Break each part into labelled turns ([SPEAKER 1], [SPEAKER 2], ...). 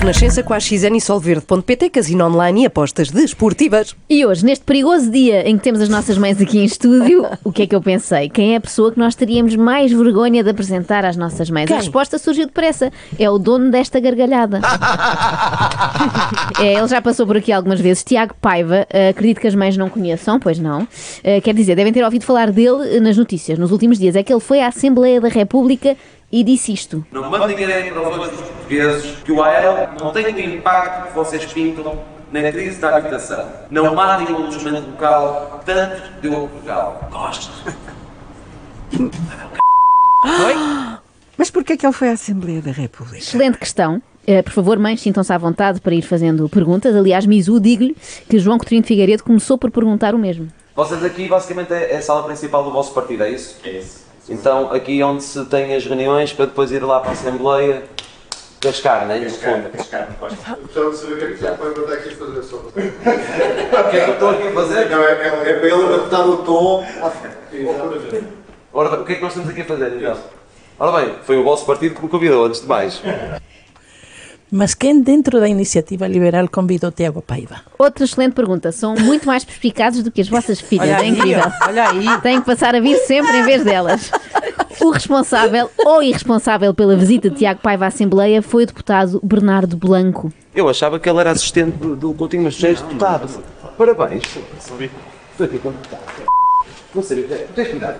[SPEAKER 1] Renascença com a XN e Solverde.pt, casino online e apostas desportivas.
[SPEAKER 2] E hoje, neste perigoso dia em que temos as nossas mães aqui em estúdio, o que é que eu pensei? Quem é a pessoa que nós teríamos mais vergonha de apresentar às nossas mães?
[SPEAKER 1] Quem?
[SPEAKER 2] A resposta surgiu depressa. É o dono desta gargalhada. É, ele já passou por aqui algumas vezes. Tiago Paiva, eh, acredito que as mães não conheçam, pois não. Eh, Quer dizer, devem ter ouvido falar dele eh, nas notícias nos últimos dias. É que ele foi à Assembleia da República e disse isto.
[SPEAKER 3] Não mandem ideia para os outros portugueses que o AEL não tem o impacto que vocês pintam na crise da habitação. Não matem o alojamento local, tanto que deu a Portugal. Gosto.
[SPEAKER 4] Mas porquê que ele foi à Assembleia da República?
[SPEAKER 2] Excelente questão. Eh, por favor, mães, sintam-se à vontade para ir fazendo perguntas. Aliás, Mizu, digo-lhe que João Coutinho de Figueiredo começou por perguntar o mesmo.
[SPEAKER 3] Vocês aqui basicamente é é a sala principal do vosso partido, é isso? É isso. Então aqui é onde se tem as reuniões para depois ir lá para a Assembleia cascar, não é? No fundo.
[SPEAKER 5] Gostava de saber o que é que você vai mandar aqui fazer só.
[SPEAKER 3] O que é que eu estou aqui a fazer?
[SPEAKER 5] Não, é, é, é para ele levantar o tom.
[SPEAKER 3] Ora bem, o que é que nós estamos aqui a fazer então? Ora bem, foi o vosso partido que me convidou, antes de mais.
[SPEAKER 6] Mas quem dentro da iniciativa liberal convidou Tiago Paiva?
[SPEAKER 2] Outra excelente pergunta. São muito mais perspicazes do que as vossas filhas.
[SPEAKER 4] Olha
[SPEAKER 2] é
[SPEAKER 4] aí,
[SPEAKER 2] incrível.
[SPEAKER 4] ó, olha aí.
[SPEAKER 2] Têm que passar a vir sempre em vez delas. O responsável ou irresponsável pela visita de Tiago Paiva à Assembleia foi o deputado Bernardo Blanco.
[SPEAKER 3] Eu achava que ele era assistente do, do Coutinho Machado, deputado. Parabéns. Estou aqui com o deputado. Não sei, é, tens cuidado.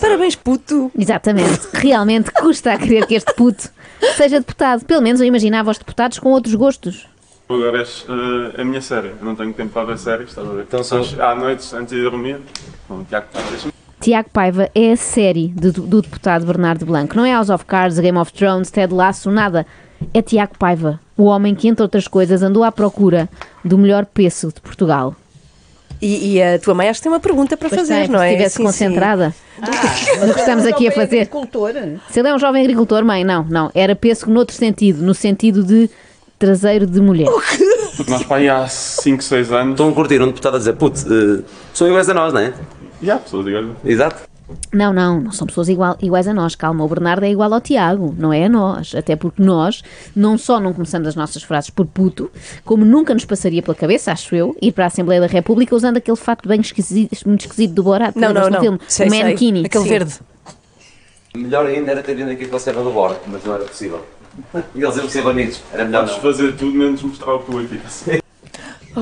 [SPEAKER 4] Parabéns, puto!
[SPEAKER 2] Exatamente. Realmente custa a crer que este puto seja deputado. Pelo menos eu imaginava os deputados com outros gostos.
[SPEAKER 7] Agora és eh, a minha série. Eu não tenho tempo para ver séries, estás a ver?
[SPEAKER 3] Então só-
[SPEAKER 7] Às- Há noites antes de dormir. Bom, Tiago, tá, deixa-me.
[SPEAKER 2] Tiago Paiva é a série de- do deputado Bernardo Blanco. Não é House of Cards, Game of Thrones, Ted Lasso, nada. É Tiago Paiva, o homem que, entre outras coisas, andou à procura do melhor peso de Portugal.
[SPEAKER 1] E, e a tua mãe acho que tem uma pergunta para
[SPEAKER 2] Pois
[SPEAKER 1] fazer,
[SPEAKER 2] tem,
[SPEAKER 1] não é?
[SPEAKER 2] Se estivesse
[SPEAKER 1] Sim, Ah, sim.
[SPEAKER 2] concentrada. Mas o que
[SPEAKER 1] é um
[SPEAKER 2] estamos aqui a fazer. Se ele é um jovem agricultor, mãe, não, não. Era pêssego noutro sentido, no sentido de traseiro de mulher.
[SPEAKER 7] Nós para aí há 5, 6 anos.
[SPEAKER 3] Estão a curtir um deputado a dizer, puto, eh, são iguais a nós, não é?
[SPEAKER 7] E há pessoas, digo
[SPEAKER 3] Exato.
[SPEAKER 2] Não, não, não são pessoas igual- iguais a nós. Calma, o Bernardo é igual ao Tiago, não é a nós. Até porque nós não só não começamos as nossas frases por puto, como nunca nos passaria pela cabeça, acho eu, ir para a Assembleia da República usando aquele fato bem esquisito, muito esquisito do Borat.
[SPEAKER 1] Não,
[SPEAKER 2] lembras
[SPEAKER 1] não,
[SPEAKER 2] do
[SPEAKER 1] não.
[SPEAKER 2] filme?
[SPEAKER 1] Sei,
[SPEAKER 2] o
[SPEAKER 1] sei.
[SPEAKER 2] Mankini.
[SPEAKER 1] Aquele verde.
[SPEAKER 3] Melhor ainda era ter vindo aqui com a Serra do Bordo, mas não era possível. E eles iam ser banidos. Era melhor
[SPEAKER 7] Podes
[SPEAKER 3] não.
[SPEAKER 7] fazer tudo menos mostrar o cu aqui.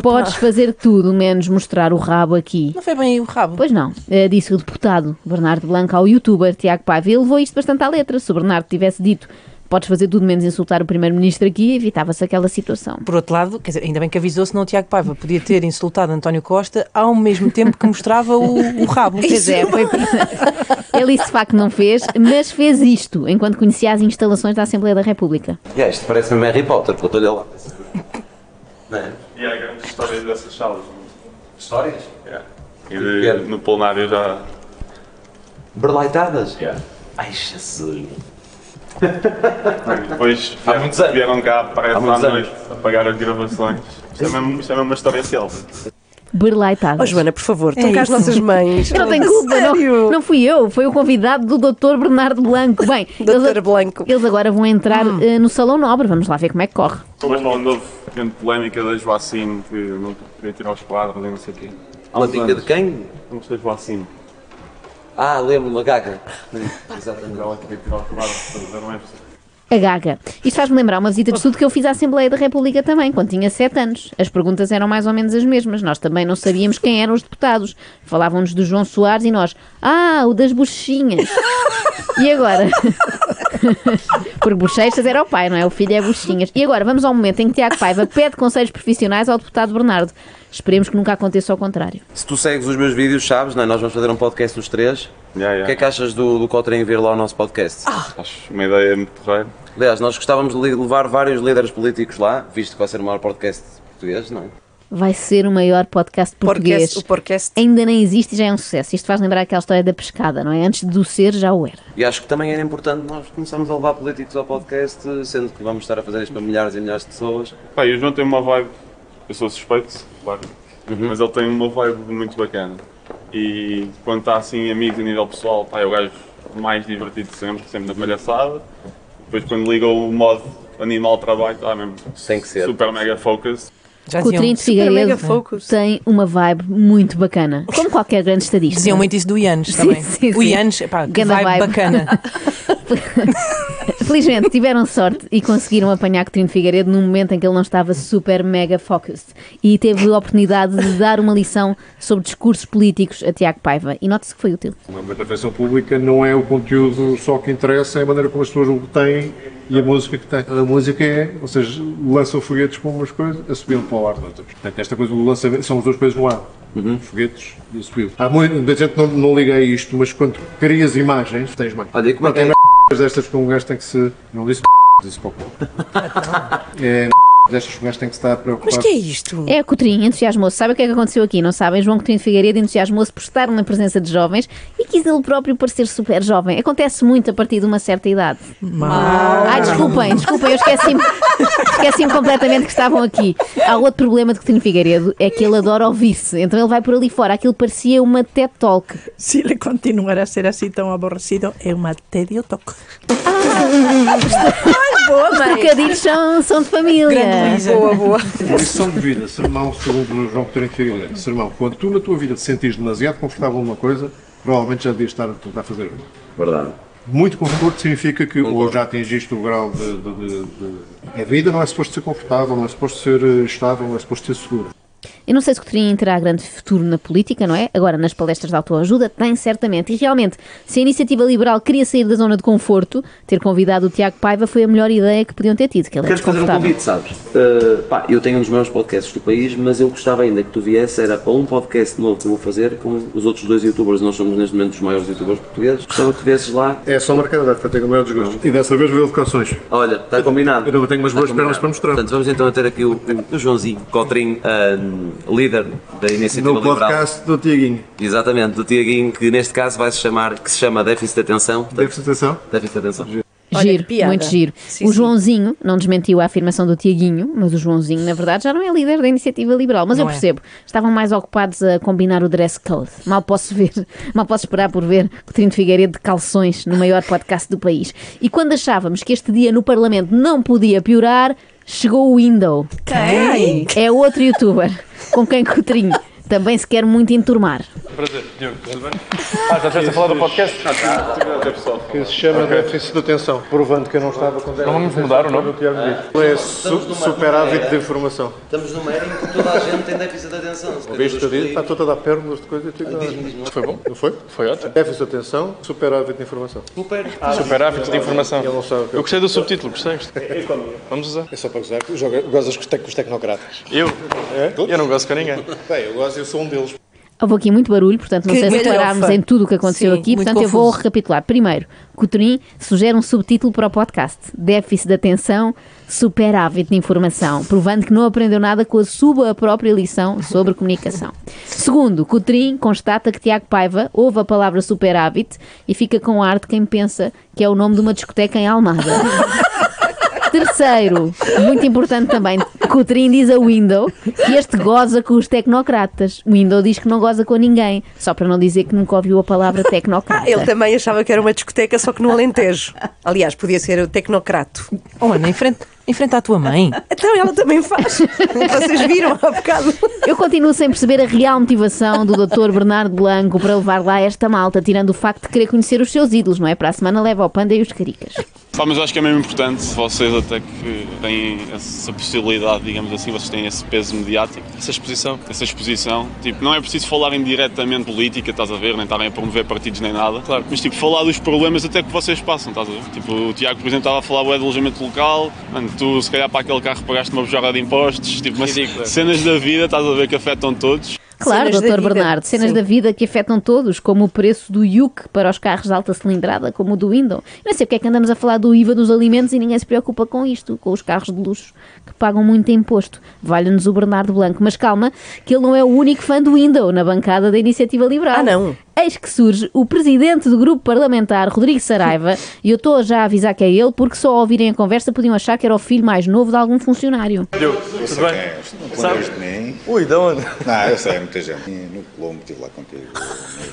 [SPEAKER 2] Podes fazer tudo, menos mostrar o rabo aqui.
[SPEAKER 6] Não foi bem o rabo?
[SPEAKER 2] Pois não, eh, disse o deputado Bernardo Blanco ao youtuber Tiago Paiva. Ele levou isto bastante à letra. Se o Bernardo tivesse dito podes fazer tudo menos insultar o primeiro-ministro aqui, evitava-se aquela situação.
[SPEAKER 8] Por outro lado, quer dizer, ainda bem que avisou-se, não o Tiago Paiva podia ter insultado António Costa ao mesmo tempo que mostrava o, o rabo.
[SPEAKER 2] Pois é, foi Ele isso de facto não fez, mas fez isto enquanto conhecia as instalações da Assembleia da República.
[SPEAKER 3] E este parece mesmo Harry Potter, puto, olha lá. Não é?
[SPEAKER 7] E há grandes histórias dessas salas.
[SPEAKER 3] Histórias?
[SPEAKER 7] Yeah. E
[SPEAKER 3] Tipo,
[SPEAKER 7] de- no plenário já.
[SPEAKER 3] Berlaitadas?
[SPEAKER 7] Yeah.
[SPEAKER 3] Ai, Jesus.
[SPEAKER 7] E depois
[SPEAKER 3] Há muitos anos.
[SPEAKER 7] vieram cá, parece,
[SPEAKER 3] Há
[SPEAKER 7] à
[SPEAKER 3] muitos
[SPEAKER 7] noite, apagar as gravações. Isto é mesmo, isto é mesmo uma história célebre.
[SPEAKER 1] Oh,
[SPEAKER 2] Berlaitadas.
[SPEAKER 1] Joana, por favor,
[SPEAKER 9] É
[SPEAKER 1] toca às nossas mães.
[SPEAKER 2] Eu não tenho culpa, não,
[SPEAKER 1] Sério?
[SPEAKER 2] não fui eu, foi o convidado do Dr. Bernardo Blanco. Bem,
[SPEAKER 1] Doutor
[SPEAKER 2] eles,
[SPEAKER 1] Blanco. Hum.
[SPEAKER 2] eles agora vão entrar eh, no Salão Nobre, vamos lá ver como é que corre.
[SPEAKER 7] Mas não houve grande polémica da Joacine que não queria tirar os quadros e não sei o quê. Há
[SPEAKER 3] Uma
[SPEAKER 7] uns
[SPEAKER 3] dica de
[SPEAKER 7] anos.
[SPEAKER 3] quem?
[SPEAKER 7] Não sei Joacine.
[SPEAKER 3] Ah, lembro-me, uma gaga. Exatamente.
[SPEAKER 7] Ela queria tirar os quadros, mas eu não é possível.
[SPEAKER 2] A gaga. Isto faz-me lembrar uma visita de estudo que eu fiz à Assembleia da República também, quando tinha 7 anos. As perguntas eram mais ou menos as mesmas. Nós também não sabíamos quem eram os deputados. Falavam-nos do João Soares e nós, ah, o das bochechinhas. E agora? Porque bochechas era o pai, não é? O filho é bochechinhas. E agora vamos ao momento em que Tiago Paiva pede conselhos profissionais ao deputado Bernardo. Esperemos que nunca aconteça ao contrário.
[SPEAKER 3] Se tu segues os meus vídeos, sabes, não é? Nós vamos fazer um podcast os três. O
[SPEAKER 7] Yeah, yeah.
[SPEAKER 3] que é que achas do, do Cotrim vir lá ao nosso podcast?
[SPEAKER 7] Acho uma ideia muito porreira.
[SPEAKER 3] Aliás, nós gostávamos de li- levar vários líderes políticos lá, visto que vai ser o maior podcast português, não é?
[SPEAKER 2] Vai ser o maior podcast português.
[SPEAKER 1] Podcast, o é podcast.
[SPEAKER 2] Ainda nem existe e já é um sucesso. Isto faz lembrar aquela história da pescada, não é? Antes do ser, já o era.
[SPEAKER 3] E acho que também era importante nós começarmos a levar políticos ao podcast, sendo que vamos estar a fazer isto para milhares e milhares de pessoas.
[SPEAKER 7] Pá, e o João tem uma vibe. Eu sou suspeito, claro.
[SPEAKER 3] Uhum.
[SPEAKER 7] Mas ele tem uma vibe muito bacana. E quando está assim, amigos a nível pessoal, pá, é o gajo mais divertido sempre, sempre na palhaçada. Depois, quando liga o modo animal de trabalho, está mesmo
[SPEAKER 3] Tem que ser.
[SPEAKER 7] super mega focus.
[SPEAKER 8] Já diziam,
[SPEAKER 2] Coutrinho de
[SPEAKER 6] mega
[SPEAKER 2] Figueiredo
[SPEAKER 6] focus.
[SPEAKER 2] tem uma vibe muito bacana, como qualquer grande estadista.
[SPEAKER 8] diziam muito isso do Ianes também.
[SPEAKER 2] sim,
[SPEAKER 8] o
[SPEAKER 2] sim.
[SPEAKER 8] Ianes, pá, que
[SPEAKER 2] Ganda
[SPEAKER 8] vibe,
[SPEAKER 2] vibe.
[SPEAKER 8] bacana.
[SPEAKER 2] Felizmente tiveram sorte e conseguiram apanhar Coutinho de Figueiredo num momento em que ele não estava super mega focused e teve a oportunidade de dar uma lição sobre discursos políticos a Tiago Paiva. E note-se que foi útil.
[SPEAKER 5] Uma intervenção pública não é o conteúdo só que interessa, é a maneira como as pessoas o têm e a música que têm. A música é, ou seja, lançam foguetes para umas coisas, assobiam para o ar. outras. Portanto, esta coisa do lançamento, são as duas coisas no ar. Foguetes e assobio. Há muito, muita gente não, não liga a isto, mas quando crias imagens, tens mais.
[SPEAKER 3] Olha, e como é
[SPEAKER 5] Não,
[SPEAKER 3] que
[SPEAKER 5] tem
[SPEAKER 3] é?
[SPEAKER 5] merdas destas que um gajo tem que se. Não disse p****, disse pouco. É merdas destas que um gajo tem que se estar preocupado.
[SPEAKER 6] Mas que é isto?
[SPEAKER 2] É, Coutrinho entusiasmou-se. Sabe o que é que aconteceu aqui? Não sabem? João Coutrinho de Figueiredo entusiasmou-se por estar na presença de jovens e quis ele próprio parecer super jovem. Acontece muito a partir de uma certa idade. Ai, desculpem, desculpem, eu esqueci-me esqueci completamente que estavam aqui. Há outro problema de Coutrinho Figueiredo, é que ele adora ouvir-se. Então ele vai por ali fora. Aquilo parecia uma TED Talk.
[SPEAKER 6] Se ele continuar a ser assim tão aborrecido, é uma tédio toque.
[SPEAKER 10] Boa,
[SPEAKER 2] Os
[SPEAKER 10] mãe.
[SPEAKER 2] trocadilhos são, são de
[SPEAKER 6] Grande
[SPEAKER 2] família.
[SPEAKER 6] Luísa.
[SPEAKER 10] Boa, boa.
[SPEAKER 5] Lição de vida, sermão, segundo o João Coutinho de Figueiredo. Sermão, quando tu na tua vida te sentires demasiado confortável numa coisa, provavelmente já devias estar a tentar fazer outra.
[SPEAKER 3] Verdade.
[SPEAKER 5] Muito conforto significa que ou já atingiste o grau de, de- de- de- A vida não é suposto ser confortável, não é suposto ser eh, estável, não é suposto ser segura.
[SPEAKER 2] Eu não sei se Coutrinho terá grande futuro na política, não é? Agora, nas palestras de autoajuda, tem certamente. E realmente, se a iniciativa liberal queria sair da zona de conforto, ter convidado o Tiago Paiva foi a melhor ideia que podiam ter tido, que ele é
[SPEAKER 3] Queres fazer um
[SPEAKER 2] desconfortável.
[SPEAKER 3] convite, sabes? Uh, pá, eu tenho um dos maiores podcasts do país, mas eu gostava ainda que tu viesse, era para um podcast novo que eu vou fazer com os outros dois youtubers, nós somos neste momento os maiores youtubers portugueses, gostava que tu viesses lá.
[SPEAKER 5] É só marcar a data, tenho o maior desgosto. E dessa vez vou de calções.
[SPEAKER 3] Olha, está combinado.
[SPEAKER 5] Eu não tenho umas
[SPEAKER 3] Está
[SPEAKER 5] boas
[SPEAKER 3] combinado.
[SPEAKER 5] pernas para mostrar.
[SPEAKER 3] Portanto, vamos então ter aqui o, o- o Joãozinho Cotrim, ah, líder da Iniciativa
[SPEAKER 5] No
[SPEAKER 3] Liberal.
[SPEAKER 5] podcast do Tiaguinho.
[SPEAKER 3] Exatamente, do Tiaguinho, que neste caso vai se chamar, que se chama Déficit de Atenção.
[SPEAKER 5] Deve-se atenção.
[SPEAKER 3] Déficit de Atenção.
[SPEAKER 10] Olha,
[SPEAKER 2] Giro,
[SPEAKER 10] que piada.
[SPEAKER 2] muito giro.
[SPEAKER 10] Sim,
[SPEAKER 2] o
[SPEAKER 10] sim.
[SPEAKER 2] Joãozinho não desmentiu a afirmação do Tiaguinho, mas o Joãozinho, na verdade, já não é líder da iniciativa liberal. Mas eu
[SPEAKER 8] é.
[SPEAKER 2] percebo, estavam mais ocupados a combinar o dress code. Mal posso ver, mal posso esperar por ver Coutinho de Figueiredo de calções no maior podcast do país. E quando achávamos que este dia no Parlamento não podia piorar, chegou o Window.
[SPEAKER 10] Quem?
[SPEAKER 2] É outro youtuber com quem Coutrinho também se quer muito enturmar.
[SPEAKER 7] Prazer, Diogo, tudo bem?
[SPEAKER 5] Ah, já estiveste a falar do podcast?
[SPEAKER 7] Até pessoal.
[SPEAKER 5] Que se chama déficit de atenção, provando que eu não estava com déficit.
[SPEAKER 7] vamos mudar o nome?
[SPEAKER 5] É su superávit de informação.
[SPEAKER 3] Estamos numa era em que toda a gente tem déficit de atenção.
[SPEAKER 5] Ouviste a dizer? Está toda a dar pernas de coisa e tu ignoras. Foi bom? Não foi?
[SPEAKER 7] Foi ótimo.
[SPEAKER 5] Déficit de atenção, superávit de informação.
[SPEAKER 7] Super hábito de informação.
[SPEAKER 5] Ele não sabe o que
[SPEAKER 7] Eu gostei do subtítulo, gostaste? Vamos usar.
[SPEAKER 5] É só para gozar, que joga- gozas com os tec- com os tecnocratas.
[SPEAKER 7] Eu? Eu não gosto com ninguém.
[SPEAKER 5] Bem, eu gosto, eu sou um deles.
[SPEAKER 2] Houve aqui muito barulho, portanto não
[SPEAKER 8] Que
[SPEAKER 2] sei se
[SPEAKER 8] galhofa.
[SPEAKER 2] parámos em tudo o que aconteceu
[SPEAKER 8] Sim,
[SPEAKER 2] aqui,
[SPEAKER 8] muito
[SPEAKER 2] portanto eu vou
[SPEAKER 8] confuso.
[SPEAKER 2] recapitular. Primeiro, Coutrin sugere um subtítulo para o podcast: Déficit de atenção, superávit de informação, provando que não aprendeu nada com a sua própria lição sobre comunicação. Segundo, Coutrin constata que Tiago Paiva ouve a palavra superávit e fica com ar de quem pensa que é o nome de uma discoteca em Almada. Terceiro, muito importante também, Coutrinho diz a Window que este goza com os tecnocratas. Window diz que não goza com ninguém, só para não dizer que nunca ouviu a palavra tecnocrata.
[SPEAKER 1] Ah,
[SPEAKER 10] Ele também achava que era uma discoteca, só que no Alentejo. Aliás, podia ser o Tecnocrato.
[SPEAKER 8] Oh, Ana, em frente, em frente à tua mãe.
[SPEAKER 10] Então ela também faz. Vocês viram há bocado.
[SPEAKER 2] Eu continuo sem perceber a real motivação do Dr. Bernardo Blanco para levar lá esta malta, tirando o facto de querer conhecer os seus ídolos, não é? Para a semana leva ao Panda e os Caricas.
[SPEAKER 7] Pá, mas eu acho que é mesmo importante vocês até que têm essa possibilidade, digamos assim, vocês têm esse peso mediático. Essa exposição. Essa exposição. Tipo, não é preciso falarem diretamente política, estás a ver, nem estarem a promover partidos nem nada. Claro. Mas tipo, falar dos problemas até que vocês passam, estás a ver? Tipo, o Tiago, por exemplo, estava a falar bué do alojamento local, mano, tu se calhar para aquele carro pagaste uma bujada de impostos, tipo, mas cenas da vida, estás a ver, que afetam todos.
[SPEAKER 2] Claro,
[SPEAKER 10] Cenas da
[SPEAKER 2] Dr.
[SPEAKER 10] vida.
[SPEAKER 2] Bernardo, cenas
[SPEAKER 10] Sim.
[SPEAKER 2] da vida que afetam todos, como o preço do IUC para os carros de alta cilindrada, como o do Windows. Não sei porque é que andamos a falar do IVA dos alimentos e ninguém se preocupa com isto, com os carros de luxo que pagam muito imposto. Valha-nos o Bernardo Blanco, mas calma, que ele não é o único fã do Windows na bancada da Iniciativa Liberal.
[SPEAKER 10] Ah, não.
[SPEAKER 2] Eis que surge o presidente do grupo parlamentar, Rodrigo Saraiva, e eu estou já a avisar que é ele, porque só ao ouvirem a conversa podiam achar que era o filho mais novo de algum funcionário.
[SPEAKER 11] Diogo, tudo bem? Sabes de mim?
[SPEAKER 12] Ui, de onde?
[SPEAKER 11] Não, eu sei, é muita gente. E no Colombo estive lá contigo, no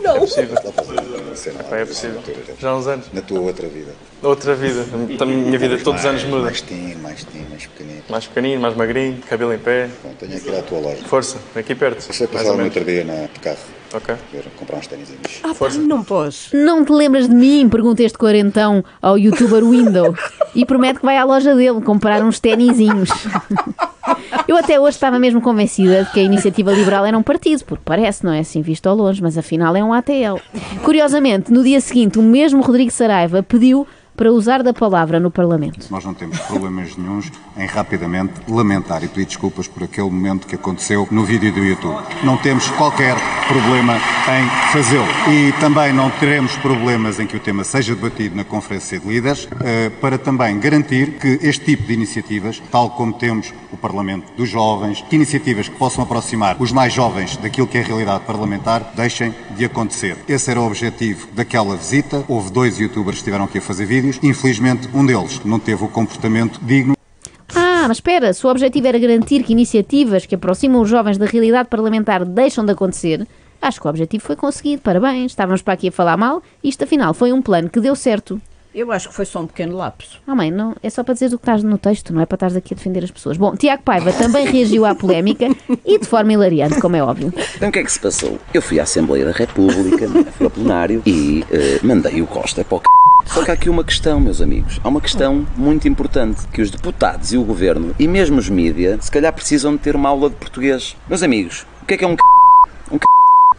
[SPEAKER 12] Não.
[SPEAKER 11] É possível. Lá fazer uma cena lá.
[SPEAKER 12] É possível. Já há uns anos.
[SPEAKER 11] Na tua outra vida.
[SPEAKER 12] Outra vida. A minha vida todos os anos muda.
[SPEAKER 11] Mais tino, mais tino, mais pequenino.
[SPEAKER 12] Mais pequenino, mais magrinho, cabelo em pé.
[SPEAKER 11] Bom, tenho aqui lá a tua loja.
[SPEAKER 12] Força, aqui perto.
[SPEAKER 11] Você passava no outro dia na, de carro.
[SPEAKER 12] Ok.
[SPEAKER 11] Ver, comprar uns ténis
[SPEAKER 10] Ah, pá, não posso.
[SPEAKER 2] Não te lembras de mim? Pergunta este quarentão ao youtuber Window. E promete que vai à loja dele comprar uns tenizinhos. Eu até hoje estava mesmo convencida de que a iniciativa liberal era um partido, porque parece, não é assim visto ao longe, mas afinal é um ATL. Curiosamente, no dia seguinte, o mesmo Rodrigo Saraiva pediu para usar da palavra no Parlamento.
[SPEAKER 13] Nós não temos problemas nenhums em rapidamente lamentar e pedir desculpas por aquele momento que aconteceu no vídeo do YouTube. Não temos qualquer problema em fazê-lo. E também não teremos problemas em que o tema seja debatido na Conferência de Líderes eh, para também garantir que este tipo de iniciativas, tal como temos o Parlamento dos Jovens, que iniciativas que possam aproximar os mais jovens daquilo que é a realidade parlamentar, deixem de acontecer. Esse era o objetivo daquela visita. Houve dois youtubers que estiveram aqui a fazer vídeos. Infelizmente, um deles não teve o comportamento digno.
[SPEAKER 2] Ah, mas espera, se o objetivo era garantir que iniciativas que aproximam os jovens da realidade parlamentar deixam de acontecer, acho que o objetivo foi conseguido. Parabéns, estávamos para aqui a falar mal, isto afinal foi um plano que deu certo.
[SPEAKER 9] Eu acho que foi só um pequeno lapso.
[SPEAKER 2] Ah, mãe, não, é só para dizer o que estás no texto, não é para estás aqui a defender as pessoas. Bom, Tiago Paiva também reagiu à polémica e de forma hilariante, como é óbvio.
[SPEAKER 3] Então o que é que se passou? Eu fui à Assembleia da República, fui ao plenário e eh, mandei o Costa para o c... Só que há aqui uma questão, meus amigos. Há uma questão muito importante que os deputados e o governo e mesmo os mídia se calhar precisam de ter uma aula de português. Meus amigos, o que é que é um c... Um c...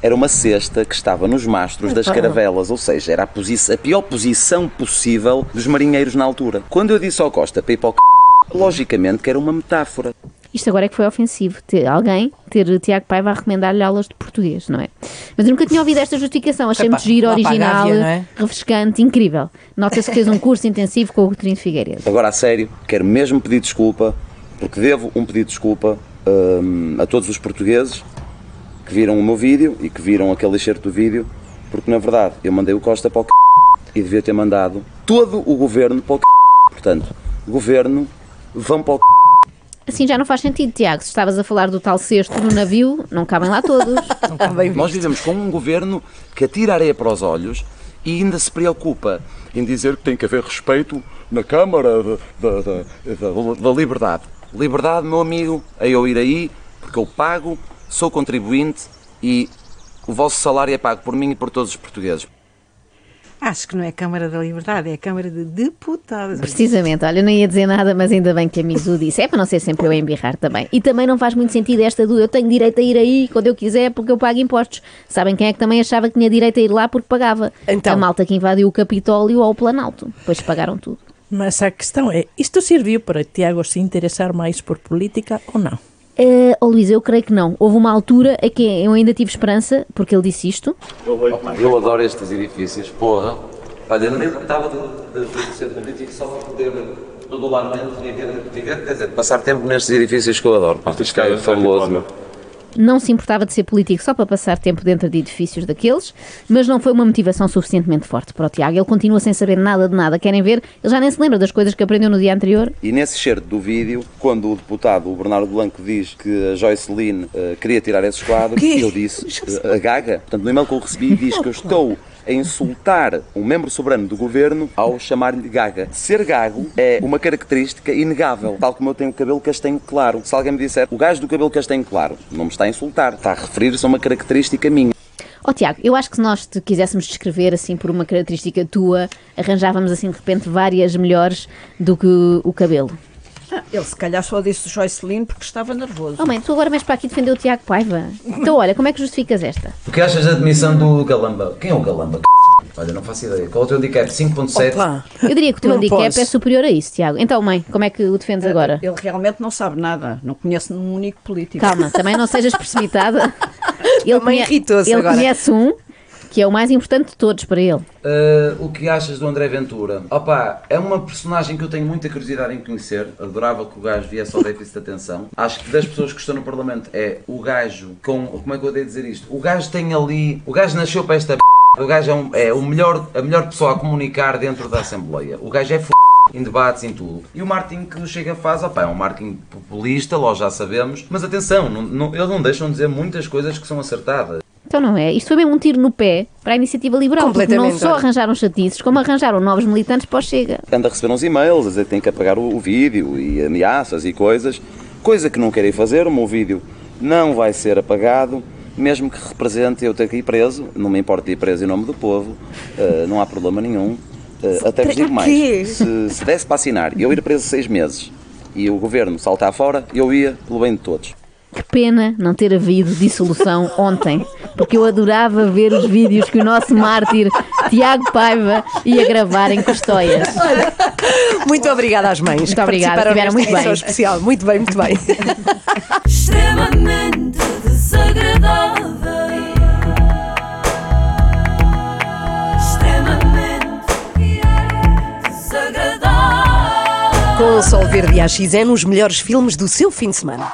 [SPEAKER 3] Era uma cesta que estava nos mastros das
[SPEAKER 14] Epá.
[SPEAKER 3] caravelas, ou seja, era a, posi- a pior posição possível dos marinheiros na altura. Quando eu disse ao Costa para ir para o c... Logicamente que era uma metáfora.
[SPEAKER 2] Isto agora é que foi ofensivo. Ter alguém, ter Tiago Paiva a recomendar-lhe aulas de português, não é? Mas eu nunca tinha ouvido esta justificação. Achei muito
[SPEAKER 8] Epá,
[SPEAKER 2] giro,
[SPEAKER 8] lá para a
[SPEAKER 2] original,
[SPEAKER 8] Gávea, não é?
[SPEAKER 2] refrescante, incrível. Nota-se que fez um curso intensivo com o Coutinho Figueiredo.
[SPEAKER 3] Agora, a sério, quero mesmo pedir desculpa, porque devo um pedido de desculpa hum, a todos os portugueses que viram o meu vídeo e que viram aquele excerto do vídeo, porque na verdade eu mandei o Costa para o c... e devia ter mandado todo o governo para o c... Portanto, governo, vão para o c...
[SPEAKER 2] Assim já não faz sentido, Tiago. Se estavas a falar do tal cesto no navio, não cabem lá todos.
[SPEAKER 3] Nós vivemos com um governo que atira areia para os olhos e ainda se preocupa em dizer que tem que haver respeito na Câmara da, da- da- da- da Liberdade. Liberdade, meu amigo, a eu ir aí, porque eu pago, sou contribuinte e o vosso salário é pago por mim e por todos os portugueses.
[SPEAKER 4] Acho que não é Câmara da Liberdade, é Câmara de Deputados.
[SPEAKER 2] Precisamente, olha, eu não ia dizer nada, mas ainda bem que a Mizu disse. É para não ser sempre eu a embirrar também. E também não faz muito sentido esta do eu tenho direito a ir aí quando eu quiser porque eu pago impostos. Sabem quem é que também achava que tinha direito a ir lá porque pagava? A malta que invadiu o Capitólio ou o Planalto. Pois pagaram tudo.
[SPEAKER 6] Mas a questão é, isto serviu para Tiago se interessar mais por política ou não?
[SPEAKER 2] Eh, Ó Luísa, eu creio que não. Houve uma altura a que eu ainda tive esperança, porque ele disse isto.
[SPEAKER 3] Opa, eu adoro estes edifícios, porra. Olha, eu nem estava de ser político só para poder regularmente viver, quer dizer, passar tempo nestes edifícios que eu adoro. Pá, isto é fabuloso, meu.
[SPEAKER 2] Não se importava de ser político só para passar tempo dentro de edifícios daqueles, mas não foi uma motivação suficientemente forte para o Tiago. Ele continua sem saber nada de nada. Querem ver? Ele já nem se lembra das coisas que aprendeu no dia anterior.
[SPEAKER 3] E nesse certo do vídeo, quando o deputado o Bernardo Blanco diz que a Joyce Lynn eh, queria tirar esses quadros,
[SPEAKER 15] Quê?
[SPEAKER 3] eu disse, eh, a gaga, portanto no e-mail que eu recebi diz que eu estou a insultar um membro soberano do governo ao chamar-lhe gaga. Ser gago é uma característica inegável, tal como eu tenho cabelo castanho claro. Se alguém me disser, o gajo do cabelo castanho claro, não me está a insultar, está a referir-se a uma característica minha.
[SPEAKER 2] Ó Oh, Tiago, eu acho que se nós te quiséssemos descrever assim por uma característica tua, arranjávamos assim de repente várias melhores do que o cabelo.
[SPEAKER 9] Ah, ele se calhar só disse Joycelyn porque estava nervoso.
[SPEAKER 2] Oh mãe, tu agora vais para aqui defender o Tiago Paiva. Então olha, como é que justificas esta?
[SPEAKER 3] O que achas da admissão do Galamba? Quem é o Galamba? Olha, não faço ideia. Qual é o teu handicap? 5.7?
[SPEAKER 1] Ah.
[SPEAKER 2] Eu diria que o teu
[SPEAKER 9] Não
[SPEAKER 2] handicap
[SPEAKER 9] posso.
[SPEAKER 2] é superior a isso, Tiago. Então mãe, como é que o defendes agora?
[SPEAKER 9] Ele realmente não sabe nada. Não conhece um único político.
[SPEAKER 2] Calma, também não sejas precipitada. Ele
[SPEAKER 9] Também irritou-se
[SPEAKER 2] Ele
[SPEAKER 9] agora.
[SPEAKER 2] conhece um, que é o mais importante de todos para ele.
[SPEAKER 3] Ah, o que achas do André Ventura? Opa, é uma personagem que eu tenho muita curiosidade em conhecer. Adorava que o gajo viesse ao déficit de atenção. Acho que das pessoas que estão no Parlamento é o gajo com. Como é que eu odeio dizer isto? O gajo tem ali. O gajo nasceu para esta. p***. O gajo é, um- é o melhor, a melhor pessoa a comunicar dentro da Assembleia. O gajo é f em debates, em tudo. E o marketing que o Chega faz, opá, é um marketing populista, nós já sabemos. Mas atenção, não- não- eles não deixam de dizer muitas coisas que são acertadas.
[SPEAKER 2] Então não é? Isto foi mesmo um tiro no pé para a iniciativa liberal, porque não
[SPEAKER 3] Completamente,
[SPEAKER 2] só
[SPEAKER 3] olha.
[SPEAKER 2] arranjaram chatices, como arranjaram novos militantes para o Chega.
[SPEAKER 3] anda a receber uns e-mails a dizer que tem que apagar o, o vídeo e ameaças e coisas, coisa que não querem fazer, o meu vídeo não vai ser apagado, mesmo que represente eu ter que ir preso, não me importa ir preso em nome do povo, eh, não há problema nenhum. Eh, até vos digo
[SPEAKER 10] Para quê?
[SPEAKER 3] mais, se, se desse para assinar e eu ir preso seis meses e o governo saltar fora, eu ia pelo bem de todos.
[SPEAKER 2] Que pena não ter havido dissolução ontem, porque eu adorava ver os vídeos que o nosso mártir Tiago Paiva ia gravar em Custóias.
[SPEAKER 1] Muito obrigada às mães.
[SPEAKER 2] Muito
[SPEAKER 1] que
[SPEAKER 2] obrigada,
[SPEAKER 1] participaram nesta
[SPEAKER 2] estiveram muito
[SPEAKER 1] edição
[SPEAKER 2] bem.
[SPEAKER 1] especial. Muito bem, muito bem.
[SPEAKER 14] extremamente desagradável. Extremamente desagradável.
[SPEAKER 1] Com o Sol Verde e a XN, os melhores filmes do seu fim de semana.